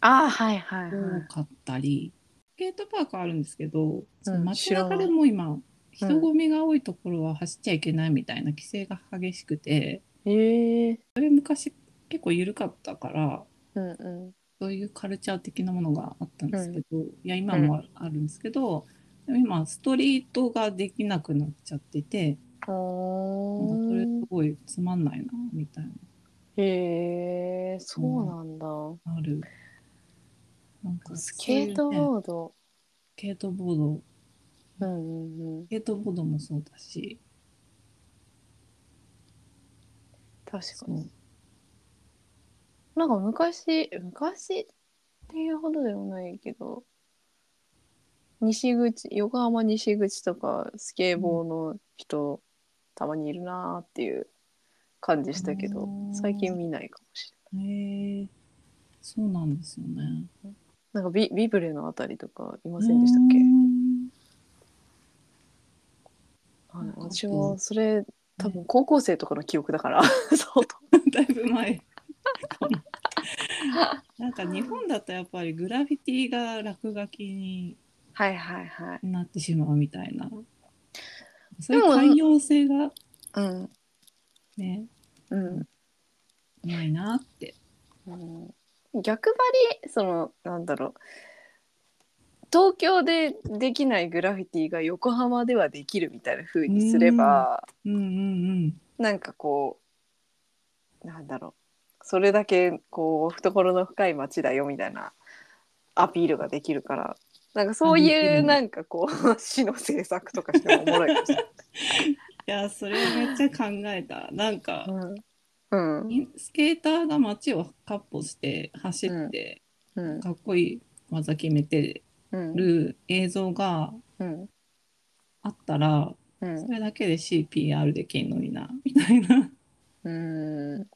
[SPEAKER 1] あーはいはいはい。
[SPEAKER 2] 多かったり、スケートパークあるんですけど、その街
[SPEAKER 1] 知ら
[SPEAKER 2] 中
[SPEAKER 1] ない
[SPEAKER 2] でも今人混みが多いところは走っちゃいけないみたいな規制が激しくて、
[SPEAKER 1] ええ
[SPEAKER 2] それ昔結構緩かったから
[SPEAKER 1] うんうん。
[SPEAKER 2] そういうカルチャー的なものがあったんですけど、いや今もああるんですけど、でも今ストリートができなくなっちゃってて、なんかそれすごいつまんないなみたいな。
[SPEAKER 1] へえそうなんだ、
[SPEAKER 2] ある。なんか
[SPEAKER 1] スケート
[SPEAKER 2] そういうね
[SPEAKER 1] ボード
[SPEAKER 2] スケートボード、
[SPEAKER 1] うんうんうん
[SPEAKER 2] スケートボードもそうだし、
[SPEAKER 1] 確か
[SPEAKER 2] そ
[SPEAKER 1] に
[SPEAKER 2] う
[SPEAKER 1] なんか昔昔っていうほどでもないけど西口横浜西口とかスケボーの人、たまにいるなーっていう感じしたけ
[SPEAKER 2] う
[SPEAKER 1] ど
[SPEAKER 2] ん
[SPEAKER 1] 最近見ないかもし
[SPEAKER 2] へえそうなんですよね。
[SPEAKER 1] れないなんかビビブレのあたりとかいませんでしたっけ
[SPEAKER 2] うーん
[SPEAKER 1] はい
[SPEAKER 2] なんかこう
[SPEAKER 1] 私はそれ多分高校生とかの記憶だから そう
[SPEAKER 2] だいぶ前。 なんか日本だとやっぱりグラフィティが落書きに
[SPEAKER 1] はいはいはい
[SPEAKER 2] なってしまうみたいな。そう
[SPEAKER 1] で
[SPEAKER 2] い
[SPEAKER 1] も
[SPEAKER 2] う寛容性が
[SPEAKER 1] うん
[SPEAKER 2] ね、
[SPEAKER 1] うん
[SPEAKER 2] ないなって。
[SPEAKER 1] うん逆張りそのなんだろう東京でできないグラフィティが横浜ではできるみたいな風にすれば、
[SPEAKER 2] うんうん
[SPEAKER 1] なんかこうなんだろうそれだけこう懐の深い街だよみたいなアピールができるからなんかそう
[SPEAKER 2] あで
[SPEAKER 1] い
[SPEAKER 2] き
[SPEAKER 1] う
[SPEAKER 2] る
[SPEAKER 1] なんかこう 市の政策とかしてもおもろいかもしれない。
[SPEAKER 2] いやそれめっちゃ考えたなんか
[SPEAKER 1] うんうん
[SPEAKER 2] スケーターが街をかっ歩して走って、
[SPEAKER 1] うん
[SPEAKER 2] かっこいい技決めて
[SPEAKER 1] うん
[SPEAKER 2] る映像が
[SPEAKER 1] うん
[SPEAKER 2] あったら
[SPEAKER 1] うん
[SPEAKER 2] それだけで CPR できんのになみたいな。
[SPEAKER 1] うん
[SPEAKER 2] なんか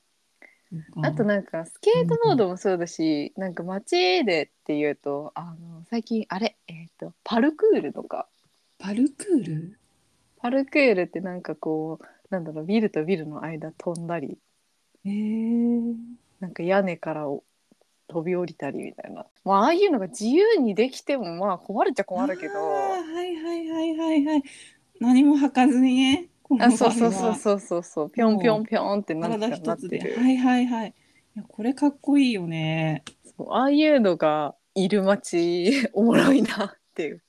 [SPEAKER 1] あとなんかスケートボードもそうだし、なんか街でっていうとあの最近あれ、えー、とパルクールとか
[SPEAKER 2] パルクール
[SPEAKER 1] パルクールってなんかこうなんだろうビルとビルの間飛んだり
[SPEAKER 2] えー、
[SPEAKER 1] なんか屋根からを飛び降りたりみたいな、まあああいうのが自由にできてもまあ困るっちゃ困るけど
[SPEAKER 2] あーはいはいはいはいはい何も履かずにねこの
[SPEAKER 1] あそうそう
[SPEAKER 2] 場合
[SPEAKER 1] そう
[SPEAKER 2] は
[SPEAKER 1] そうそうそうぴょんぴょんぴょんってなんか
[SPEAKER 2] 体
[SPEAKER 1] な
[SPEAKER 2] 一
[SPEAKER 1] っ
[SPEAKER 2] つ
[SPEAKER 1] てる
[SPEAKER 2] ではいはいはいいやこれかっこいいよね
[SPEAKER 1] そうああいうのがいる街 おもろいなっていう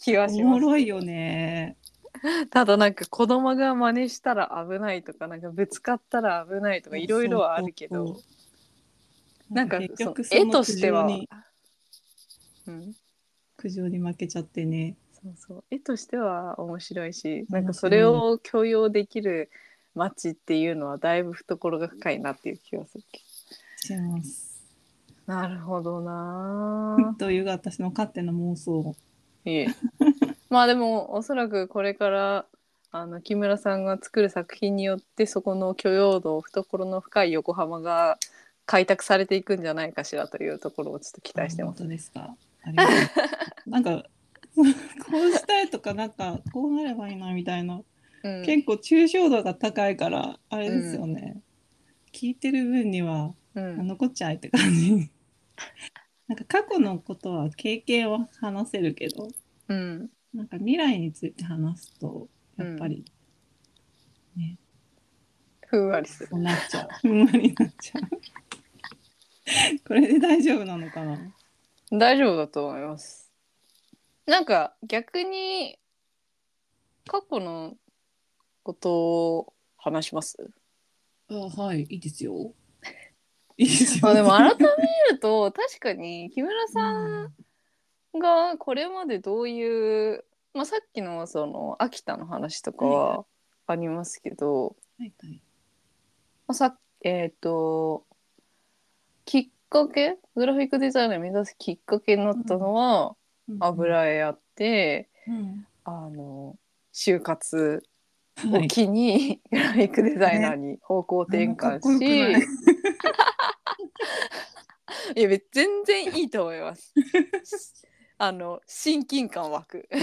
[SPEAKER 1] 気が
[SPEAKER 2] お
[SPEAKER 1] し
[SPEAKER 2] も
[SPEAKER 1] ます。
[SPEAKER 2] ろいよね
[SPEAKER 1] ただなんか子供が真似したら危ないとかなんかぶつかったら危ないとかいろいろはあるけ
[SPEAKER 2] そ
[SPEAKER 1] ど
[SPEAKER 2] うそうそう
[SPEAKER 1] なんか
[SPEAKER 2] 結
[SPEAKER 1] その
[SPEAKER 2] 局そ
[SPEAKER 1] 絵
[SPEAKER 2] の
[SPEAKER 1] としては、
[SPEAKER 2] 苦
[SPEAKER 1] う
[SPEAKER 2] 情に
[SPEAKER 1] ん、
[SPEAKER 2] 苦情に負けちゃってね
[SPEAKER 1] そうそう絵としては面白いし
[SPEAKER 2] 白い
[SPEAKER 1] なんかそれを許容できる街っていうのはだいぶ懐が深いなっていう気がするけ
[SPEAKER 2] します
[SPEAKER 1] どなるほどな
[SPEAKER 2] という私の勝手な妄想
[SPEAKER 1] ぁいえまあでもおそらくこれからあの木村さんが作る作品によってそこの許容度懐の深い横浜が開拓されていくんじゃないかしらというところをちょっと期待してます。
[SPEAKER 2] 本当ですかありがとう ございますなんかこうしたいとかなんかこうなればいいなみたいな
[SPEAKER 1] うん
[SPEAKER 2] 結構抽象度が高いからあれですよね、聞いてる分には
[SPEAKER 1] うん
[SPEAKER 2] 残っちゃいって感じ なんか過去のことは経験は話せるけど
[SPEAKER 1] うん
[SPEAKER 2] なんか未来について話すとやっぱり
[SPEAKER 1] ふんわりする
[SPEAKER 2] そうなっちゃう、 ふんわりになっちゃうこれで大丈夫なのかな
[SPEAKER 1] 大丈夫だと思います。なんか逆に過去のことを話します
[SPEAKER 2] あはいいいですよいいですよ
[SPEAKER 1] あでも改めると確かに木村さんがこれまでどういう、まあ、さっきのその秋田の話とか
[SPEAKER 2] はい
[SPEAKER 1] はありますけど、
[SPEAKER 2] はいはい
[SPEAKER 1] まあ、さえっ、ときっかけグラフィックデザイナーを目指すきっかけになったのは、油絵やって、
[SPEAKER 2] うん
[SPEAKER 1] あの就活
[SPEAKER 2] は
[SPEAKER 1] を
[SPEAKER 2] い
[SPEAKER 1] 機に、 グラフィックデザイナーに方向転
[SPEAKER 2] かっ
[SPEAKER 1] 換
[SPEAKER 2] こよく
[SPEAKER 1] し、
[SPEAKER 2] ない
[SPEAKER 1] いや別全然いいと思います。 あの親近感湧く。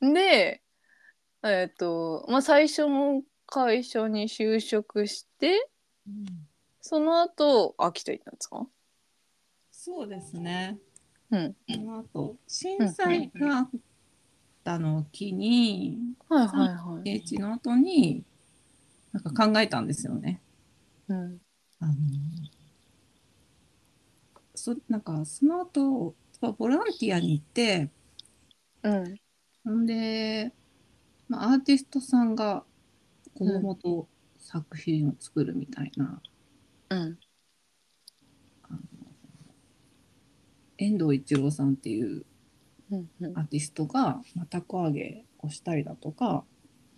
[SPEAKER 1] で、えっ、とまあ最初の会社に就職して、
[SPEAKER 2] うん
[SPEAKER 1] その後秋田行ったんですか？
[SPEAKER 2] そうですね
[SPEAKER 1] うん。
[SPEAKER 2] その後震災があったのを機に
[SPEAKER 1] はいはいはい。
[SPEAKER 2] 平地の後になんか考えたんですよね
[SPEAKER 1] うん
[SPEAKER 2] あのそなんかその後やっぱボランティアに行って
[SPEAKER 1] うん
[SPEAKER 2] ほんで、まあ、アーティストさんが子供と作品を作るみたいな、
[SPEAKER 1] うん
[SPEAKER 2] 遠藤一郎さんっていう
[SPEAKER 1] うんうん
[SPEAKER 2] アーティストがまたく上げをしたりだとか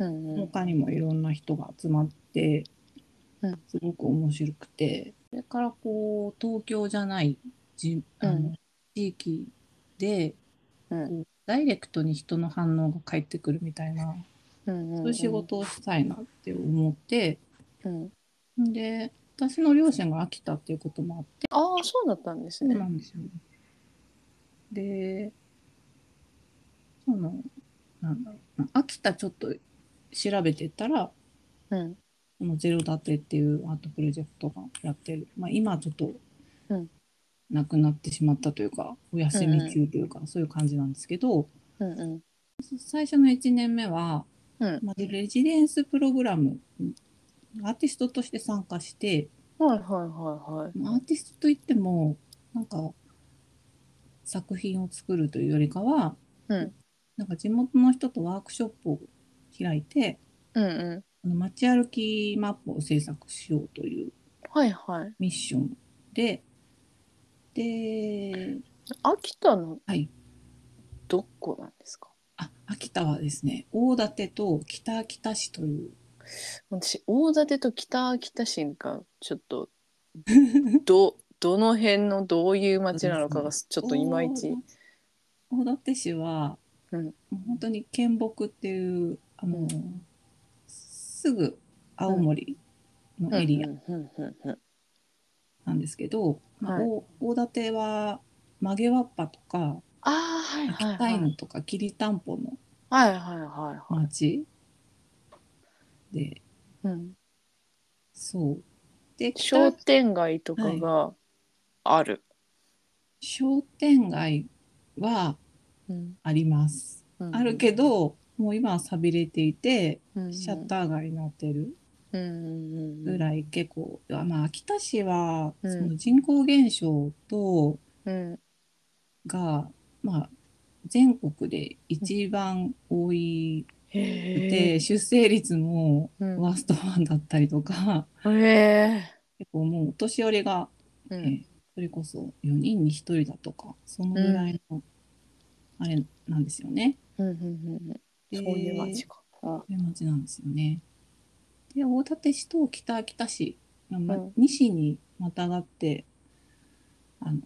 [SPEAKER 1] うんうん
[SPEAKER 2] 他にもいろんな人が集まって
[SPEAKER 1] うん
[SPEAKER 2] すごく面白くてそれからこう東京じゃないじあ
[SPEAKER 1] う
[SPEAKER 2] の
[SPEAKER 1] ん
[SPEAKER 2] 地域で
[SPEAKER 1] うん
[SPEAKER 2] こうダイレクトに人の反応が返ってくるみたいな
[SPEAKER 1] うん
[SPEAKER 2] そ
[SPEAKER 1] う
[SPEAKER 2] ういうん仕事をしたいなって思って
[SPEAKER 1] うん
[SPEAKER 2] で私の両親が秋田っていうこともあって。
[SPEAKER 1] ああそうだったんです
[SPEAKER 2] そう
[SPEAKER 1] ね。
[SPEAKER 2] なんですよね。で、その、なんだろうな、秋田ちょっと調べてたら、
[SPEAKER 1] うん
[SPEAKER 2] このゼロ建てっていうアートプロジェクトがやってる。まあ今はちょっと
[SPEAKER 1] うん、
[SPEAKER 2] なくなってしまったというか、お休み中というか、そういう感じなんですけど、
[SPEAKER 1] うんうん
[SPEAKER 2] 最初の1年目は、
[SPEAKER 1] うん
[SPEAKER 2] まあ、レジデンスプログラムにアーティストとして参加して、
[SPEAKER 1] はいはいはいはい。
[SPEAKER 2] アーティストといってもなんか作品を作るというよりかは
[SPEAKER 1] うん
[SPEAKER 2] なんか地元の人とワークショップを開いて
[SPEAKER 1] うんうん
[SPEAKER 2] あの街歩きマップを制作しようという
[SPEAKER 1] はいはい。
[SPEAKER 2] ミッションでで
[SPEAKER 1] 秋田の
[SPEAKER 2] はい
[SPEAKER 1] どこなんですか。
[SPEAKER 2] あ秋田はですね大館と北秋田市という
[SPEAKER 1] 私大館と北秋田市がちょっ とどどの辺のどういう町なのかがちょっといまいち。
[SPEAKER 2] 大館大館市は、
[SPEAKER 1] うん
[SPEAKER 2] もう本当に県北っていうあの、
[SPEAKER 1] うん
[SPEAKER 2] すぐ青森のエリア
[SPEAKER 1] うんうんうんうん
[SPEAKER 2] なんですけど、まあ
[SPEAKER 1] はい
[SPEAKER 2] 大大館は曲げわっぱとか
[SPEAKER 1] ああはいはい
[SPEAKER 2] 秋
[SPEAKER 1] は
[SPEAKER 2] 田
[SPEAKER 1] い。
[SPEAKER 2] 犬とかきりたんぽの
[SPEAKER 1] はいはいはいはい。
[SPEAKER 2] 町で
[SPEAKER 1] うん、
[SPEAKER 2] そうで
[SPEAKER 1] 商
[SPEAKER 2] 北
[SPEAKER 1] 店街とかがある。
[SPEAKER 2] 商店街は
[SPEAKER 1] うん
[SPEAKER 2] あります、
[SPEAKER 1] うん
[SPEAKER 2] あるけどもう今は寂れていて
[SPEAKER 1] うん
[SPEAKER 2] シャッター街になってる
[SPEAKER 1] うんうんう
[SPEAKER 2] ぐ
[SPEAKER 1] ん
[SPEAKER 2] らい結構、あまあ秋田市は
[SPEAKER 1] う
[SPEAKER 2] そ
[SPEAKER 1] ん
[SPEAKER 2] の人口減少と
[SPEAKER 1] うん
[SPEAKER 2] が、まあ全国で一番多い
[SPEAKER 1] へ
[SPEAKER 2] で、
[SPEAKER 1] え
[SPEAKER 2] 出生率も
[SPEAKER 1] うん
[SPEAKER 2] ワーストワンだったりとか、
[SPEAKER 1] へ
[SPEAKER 2] 結構もうお年寄りが、
[SPEAKER 1] えうん
[SPEAKER 2] えーそれこそ4人に1人だとかそのぐらいの、あれなんですよね。
[SPEAKER 1] うんうんうん
[SPEAKER 2] で
[SPEAKER 1] そういう町か。うん
[SPEAKER 2] そういう町なんですよね。で大館市と北秋田市、まあ
[SPEAKER 1] うん
[SPEAKER 2] 西にまたがってあの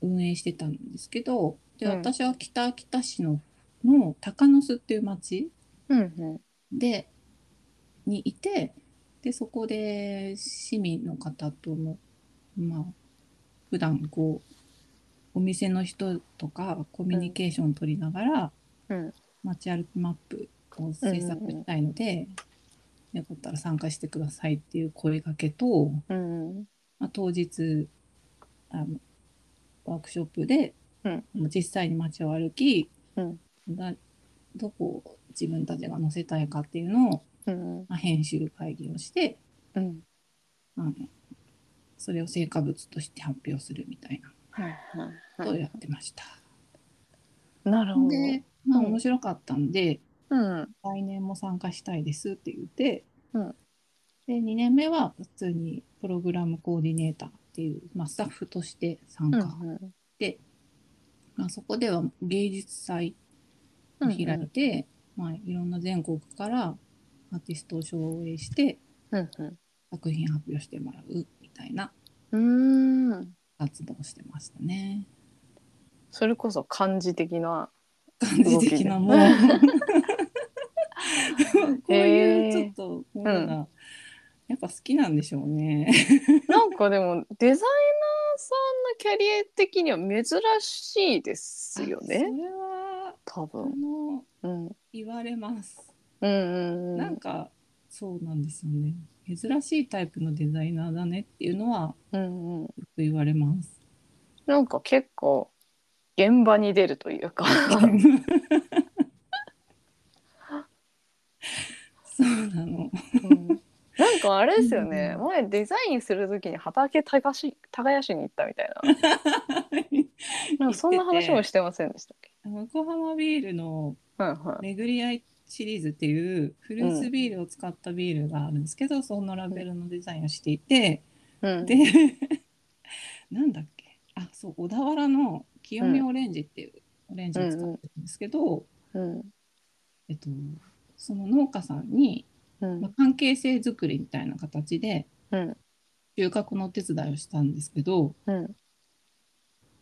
[SPEAKER 2] 運営してたんですけどで
[SPEAKER 1] うん
[SPEAKER 2] 私は北秋田市のの鷹の巣っていう町
[SPEAKER 1] うんうん
[SPEAKER 2] でにいてでそこで市民の方ともまあ普段こうお店の人とかコミュニケーション取りながら、
[SPEAKER 1] うん
[SPEAKER 2] 街歩きマップを制作したいので、よかったら参加してくださいっていう声かけと、
[SPEAKER 1] うん
[SPEAKER 2] まあ、当日あのワークショップで、
[SPEAKER 1] うん
[SPEAKER 2] 実際に街を歩き、
[SPEAKER 1] うん
[SPEAKER 2] だどこを自分たちが載せたいかっていうのを、
[SPEAKER 1] うん
[SPEAKER 2] まあ、編集会議をして
[SPEAKER 1] うん
[SPEAKER 2] あのそれを成果物として発表するみたいな
[SPEAKER 1] はいは
[SPEAKER 2] ことを
[SPEAKER 1] いは
[SPEAKER 2] やってました。
[SPEAKER 1] い。なるほど。
[SPEAKER 2] でまあ
[SPEAKER 1] うん
[SPEAKER 2] 面白かったんで、
[SPEAKER 1] うん
[SPEAKER 2] 来年も参加したいですって言って、
[SPEAKER 1] うん
[SPEAKER 2] で2年目は普通にプログラムコーディネーターっていう、まあ、スタッフとして参
[SPEAKER 1] う
[SPEAKER 2] 加、
[SPEAKER 1] ん
[SPEAKER 2] まあ、そこでは芸術祭を開いて、まあ、いろんな全国からアーティストを招聘して
[SPEAKER 1] うんうん
[SPEAKER 2] 作品発表してもらうみたいな
[SPEAKER 1] うんうーん
[SPEAKER 2] 活動をしてましたね。
[SPEAKER 1] それこそ漢字的な。
[SPEAKER 2] 感じ的なもう こういうちょっとこういうのがやっぱ好きなんでしょうね。
[SPEAKER 1] なんかでも デザイナーさんのキャリア的には珍しいですよね
[SPEAKER 2] それは
[SPEAKER 1] 多
[SPEAKER 2] あ
[SPEAKER 1] 分。
[SPEAKER 2] の
[SPEAKER 1] うん
[SPEAKER 2] 言われます。
[SPEAKER 1] うんうんう
[SPEAKER 2] なん
[SPEAKER 1] ん
[SPEAKER 2] かそうなんですよね。珍しいタイプのデザイナーだねっていうのは
[SPEAKER 1] うんうん、
[SPEAKER 2] よく言わ れます。
[SPEAKER 1] なんか結構現場に出るというか
[SPEAKER 2] そうなの。
[SPEAKER 1] うんなんかあれですよね、
[SPEAKER 2] う
[SPEAKER 1] 前デザインする時に畑耕し耕しに行ったみたいな なんかそんな話もしてませんでしたっけ
[SPEAKER 2] 横浜ビールの
[SPEAKER 1] はいはい
[SPEAKER 2] 巡り合いシリーズっていうフルーツビールを使ったビールがあるんですけど、そのラベルのデザインをしていて、
[SPEAKER 1] うん
[SPEAKER 2] で なんだっけあそう小田原の清見オレンジっていう、オレンジを使ってるんですけど、
[SPEAKER 1] うん
[SPEAKER 2] えっと、その農家さんに、
[SPEAKER 1] うん
[SPEAKER 2] まあ、関係性づくりみたいな形で
[SPEAKER 1] うん
[SPEAKER 2] 収穫のお手伝いをしたんですけど
[SPEAKER 1] うん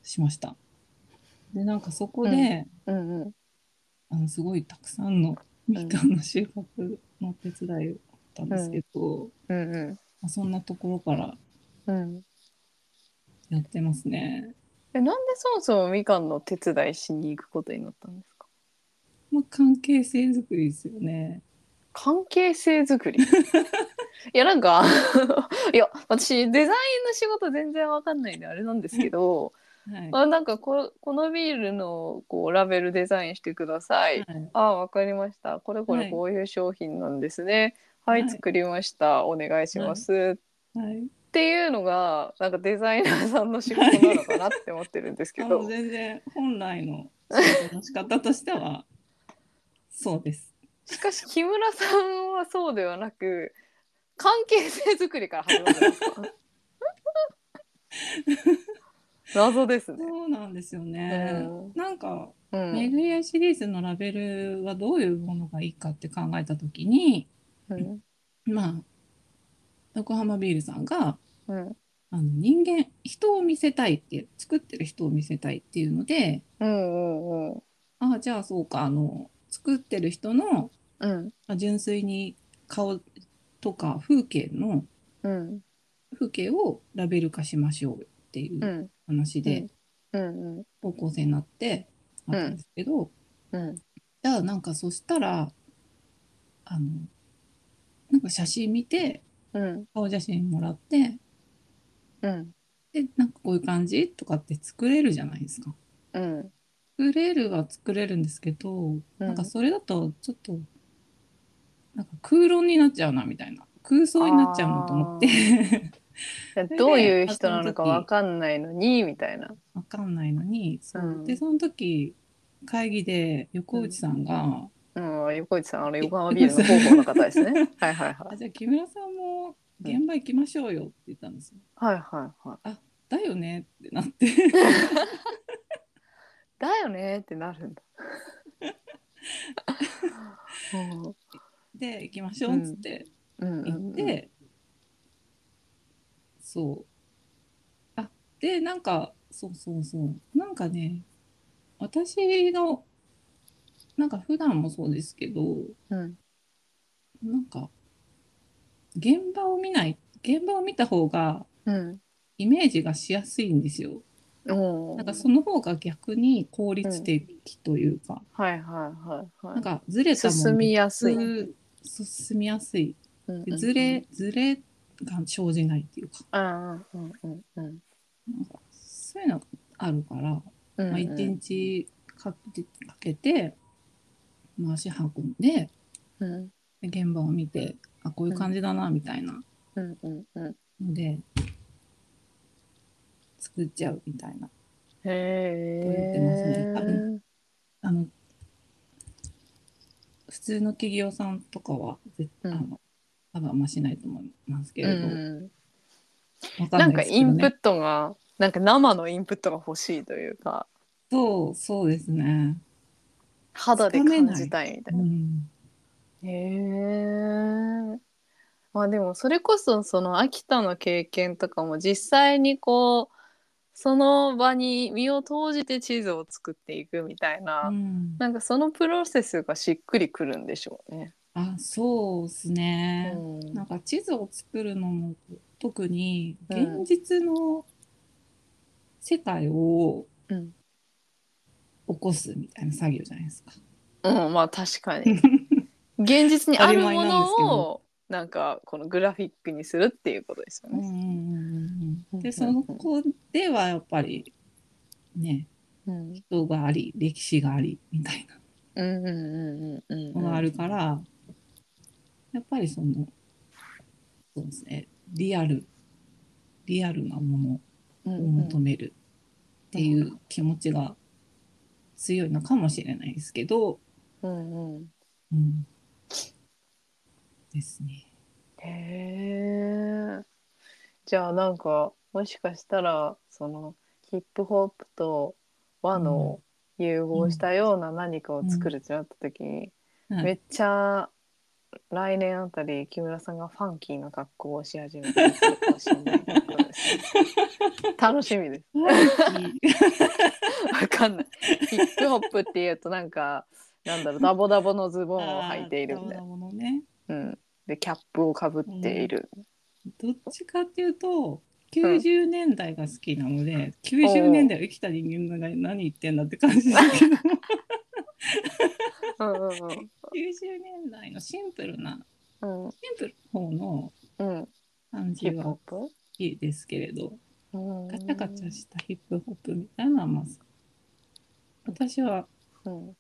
[SPEAKER 2] しました。でなんかそこ
[SPEAKER 1] う
[SPEAKER 2] で、
[SPEAKER 1] うんうん
[SPEAKER 2] あのすごいたくさんのみかんの収穫のお手伝いをあったんですけど、
[SPEAKER 1] うんうん
[SPEAKER 2] まあ、そんなところから
[SPEAKER 1] うん
[SPEAKER 2] やってますね。
[SPEAKER 1] えなんでそもそもみかんの手伝いしに行くことになったんですか
[SPEAKER 2] まあ、関係性づくりですよね。
[SPEAKER 1] 関係性作 りいやなんか いや私デザインの仕事全然わかんないんであれなんですけど
[SPEAKER 2] はい。
[SPEAKER 1] あなんかここのビールのこうラベルデザインしてください。
[SPEAKER 2] はい
[SPEAKER 1] あわかりました。これこ
[SPEAKER 2] は
[SPEAKER 1] れ
[SPEAKER 2] い
[SPEAKER 1] こういう商品なんですね。はい、
[SPEAKER 2] はい
[SPEAKER 1] 作りました。お願いします。っ
[SPEAKER 2] はい、
[SPEAKER 1] ていうのがなんかデザイナーさんの仕事なのかなって思ってるんですけ
[SPEAKER 2] あ
[SPEAKER 1] ど。
[SPEAKER 2] の全然本来の仕事の仕方として はそうです。
[SPEAKER 1] しかし木村さんはそうではなく関係性作りから始まるんです か謎ですね。
[SPEAKER 2] そうなんですよね。
[SPEAKER 1] うん
[SPEAKER 2] なんか
[SPEAKER 1] うん
[SPEAKER 2] 巡り合いシリーズのラベルはどういうものがいいかって考えた時に
[SPEAKER 1] うん
[SPEAKER 2] まあ横浜ビールさんが
[SPEAKER 1] うん
[SPEAKER 2] あの人間人を見せたいっていう作ってる人を見せたいっていうので
[SPEAKER 1] うんうん
[SPEAKER 2] ああじゃあそうかあの作ってる人の
[SPEAKER 1] うん
[SPEAKER 2] まあ純粋に顔とか風景の
[SPEAKER 1] うん
[SPEAKER 2] 風景をラベル化しましょうっていううん話で
[SPEAKER 1] うんうん
[SPEAKER 2] 方向性になってあったんですけど、
[SPEAKER 1] うん
[SPEAKER 2] じゃあなんかそしたらあのなんか写真見て
[SPEAKER 1] うん
[SPEAKER 2] 顔写真もらって
[SPEAKER 1] うん
[SPEAKER 2] でなんかこういう感じとかって作れるじゃないですか。
[SPEAKER 1] うん
[SPEAKER 2] 作れるは作れるんですけど、なんかそれだとちょっとなんか空論になっちゃうなみたいな空想になっちゃうなと思って
[SPEAKER 1] どういう人なのかわかんないのにみたいな。
[SPEAKER 2] わかんないのにそう、
[SPEAKER 1] うん
[SPEAKER 2] でその時会議で横内さんが、
[SPEAKER 1] うん、横内さんあの横浜ビールの広報の方 ですね。はいはいは
[SPEAKER 2] あ
[SPEAKER 1] い。
[SPEAKER 2] じゃあ木村さんも現場行きましょうよって言ったんですよ。
[SPEAKER 1] はいはいはい。
[SPEAKER 2] だよねってなって
[SPEAKER 1] だよねってなるん だ。うん
[SPEAKER 2] で行きましょうっつって
[SPEAKER 1] うん
[SPEAKER 2] 行って、そうあでなんかそうそうそうなんかね私がなんか普段もそうですけど
[SPEAKER 1] うん
[SPEAKER 2] なんか現場を見ない現場を見た方が
[SPEAKER 1] うん
[SPEAKER 2] イメージがしやすいんですよ。
[SPEAKER 1] うん
[SPEAKER 2] なんかその方が逆に効率的というか、
[SPEAKER 1] はいはいはいはい
[SPEAKER 2] なんかずれたもん
[SPEAKER 1] 進みやすい
[SPEAKER 2] 進みやすい
[SPEAKER 1] うん
[SPEAKER 2] でずれずれが生じないっていうか
[SPEAKER 1] うんうんうんうん
[SPEAKER 2] なんかそういうのがあるから、
[SPEAKER 1] うん
[SPEAKER 2] まあ、1日かけてかけて、まあ、足運んで
[SPEAKER 1] うん
[SPEAKER 2] で現場を見てあこういう感じだなみたいな
[SPEAKER 1] うんうんうん
[SPEAKER 2] ので、作っちゃうみたいな
[SPEAKER 1] へ
[SPEAKER 2] 言ってますね多
[SPEAKER 1] え
[SPEAKER 2] 分あの普通の企業さんとかは絶
[SPEAKER 1] うん
[SPEAKER 2] あの多分あんましないと思いますけれど、
[SPEAKER 1] うん
[SPEAKER 2] わかん
[SPEAKER 1] な
[SPEAKER 2] なんい
[SPEAKER 1] か
[SPEAKER 2] ですけ
[SPEAKER 1] イ
[SPEAKER 2] ど
[SPEAKER 1] ンプ
[SPEAKER 2] ね
[SPEAKER 1] ットがなんか生のインプットが欲しいというか
[SPEAKER 2] そうそうですね、
[SPEAKER 1] 肌で感じたいみた
[SPEAKER 2] う
[SPEAKER 1] いな。
[SPEAKER 2] ん、
[SPEAKER 1] へえ。まあでもそれこそその秋田の経験とかも実際にこうその場に身を投じて地図を作っていくみたいな、
[SPEAKER 2] うん
[SPEAKER 1] なんかそのプロセスがしっくりくるんでしょうね。
[SPEAKER 2] あそうですね、
[SPEAKER 1] うん
[SPEAKER 2] なんか地図を作るのも特に
[SPEAKER 1] うん
[SPEAKER 2] 現実の世界を
[SPEAKER 1] うん
[SPEAKER 2] 起こすみたいな作業じゃないですか。
[SPEAKER 1] うん、まあ確か に現実にあるものをなんかこのグラフィックにするっていうことですよ
[SPEAKER 2] うんう
[SPEAKER 1] ね。
[SPEAKER 2] んうんうん
[SPEAKER 1] うん
[SPEAKER 2] でその子ではやっぱりね
[SPEAKER 1] うん
[SPEAKER 2] 人があり歴史がありみたい
[SPEAKER 1] うんうんうんうんう
[SPEAKER 2] なんのがあるから、やっぱりそのそうですねリアルリアルなも
[SPEAKER 1] うんう
[SPEAKER 2] のを
[SPEAKER 1] ん
[SPEAKER 2] 求めるっていう気持ちが強いのかもしれないですけど。
[SPEAKER 1] うんうん
[SPEAKER 2] うんですね。
[SPEAKER 1] へえじゃあなんかもしかしたらそのヒップホップと和の融合したような何かを作るってなった時に、
[SPEAKER 2] はい
[SPEAKER 1] めっちゃ来年あたり木村さんがファンキーな格好をし始めてくるかもしれないってことですね楽しみですわかんないヒップホップっていうとなんかなんだろうダボダボのズボンを履いているみたいな、
[SPEAKER 2] あーそうだものね
[SPEAKER 1] うん、でキャップをかぶっている、
[SPEAKER 2] どっちかっていうと90年代が好きなので、90年代を生きた人間が何言ってんだって感じだけど90
[SPEAKER 1] うんうん
[SPEAKER 2] 年代のシンプルな
[SPEAKER 1] うん
[SPEAKER 2] シンプルの方の
[SPEAKER 1] うんうん
[SPEAKER 2] 感じ
[SPEAKER 1] ヒップ
[SPEAKER 2] は
[SPEAKER 1] ホッ
[SPEAKER 2] 好
[SPEAKER 1] プ
[SPEAKER 2] きですけれど
[SPEAKER 1] うん
[SPEAKER 2] ガチャガチャしたヒップホップみたいなのはまあ私は
[SPEAKER 1] うん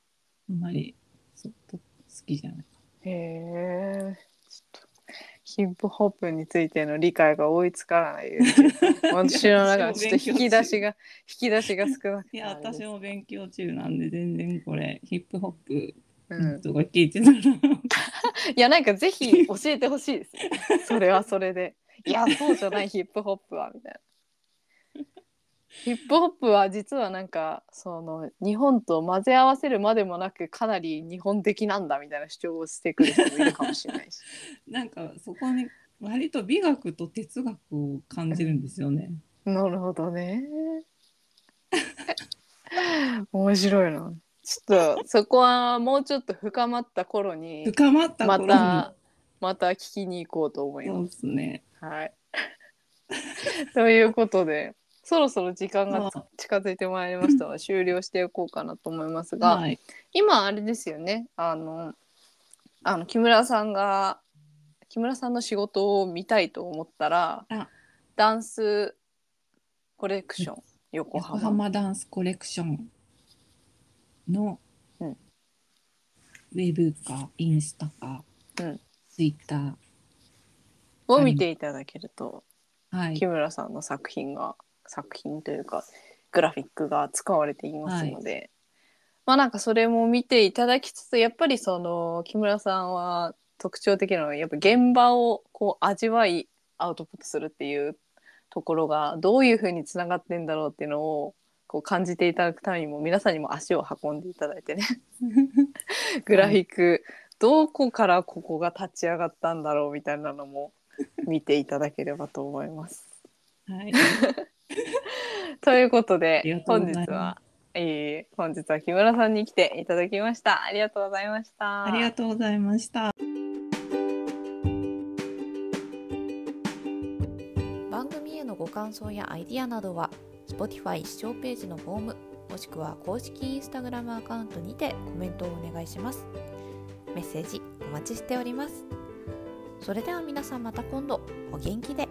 [SPEAKER 2] あんまりそっと好きじゃない。
[SPEAKER 1] へえちょっとヒップホップについての理解が追いつかないです けど私の中でちょっと引き出しが引き出しが少なく
[SPEAKER 2] い
[SPEAKER 1] て
[SPEAKER 2] や
[SPEAKER 1] あれです
[SPEAKER 2] 私も勉強中なんで全然これヒップホップ
[SPEAKER 1] うん、
[SPEAKER 2] とか聞いてたら、
[SPEAKER 1] いやなんかぜ ひ教えてほしいですよそれはそれでいやそうじゃないヒップホップはみたいなヒップホップは実はなんかその日本と混ぜ合わせるまでもなくかなり日本的なんだみたいな主張をしてくる人もいるかもしれ ないし
[SPEAKER 2] なんかそこに割と美学と哲学を感じるんですよね。
[SPEAKER 1] なるほどね面白いなちょっとそこはもうちょっと深まった頃に
[SPEAKER 2] 深まった
[SPEAKER 1] ま
[SPEAKER 2] 頃に
[SPEAKER 1] たまた聞きに行こうと思います
[SPEAKER 2] そうですね。
[SPEAKER 1] はい。 ということで、そろそろ時間がつ
[SPEAKER 2] は
[SPEAKER 1] 近づいてまいりましたので、終了していこうかなと思いますが、
[SPEAKER 2] はい、
[SPEAKER 1] 今あれですよね、あの、あの木村さんが木村さんの仕事を見たいと思ったら
[SPEAKER 2] あ、
[SPEAKER 1] ダンスコレクション横
[SPEAKER 2] 横
[SPEAKER 1] 浜
[SPEAKER 2] 浜ダンスコレクションの
[SPEAKER 1] うん
[SPEAKER 2] ウェブかインスタか、
[SPEAKER 1] うん
[SPEAKER 2] ツイッタ
[SPEAKER 1] を見ていただけると、
[SPEAKER 2] ー、はい
[SPEAKER 1] 木、村さんの作品が作品というかグラフィックが使われていますので、まあなんかそれも見ていただきつつやっぱりその木村さんは特徴的なのはやっぱ現場をこう味わいアウトプットするっていうところがどういうふうにつながってんだろうっていうのをこう感じていただくためにも皆さんにも足を運んでいただいてねグラフィック、どこからここが立ち上がったんだろうみたいなのも見ていただければと思います。
[SPEAKER 2] はい、
[SPEAKER 1] ということ
[SPEAKER 2] あり
[SPEAKER 1] で
[SPEAKER 2] がとう
[SPEAKER 1] 本
[SPEAKER 2] ございます
[SPEAKER 1] 日は、えー、本日は木村さんに来ていただきました。ありがとうございました。
[SPEAKER 2] ありがとうございました。
[SPEAKER 3] 番組へのご感想やアイディアなどは Spotify 視聴ページのフォームもしくは公式 Instagram アカウントにてコメントをお願いしますメッセージお待ちしておりますそれでは皆さんまた今度お元気で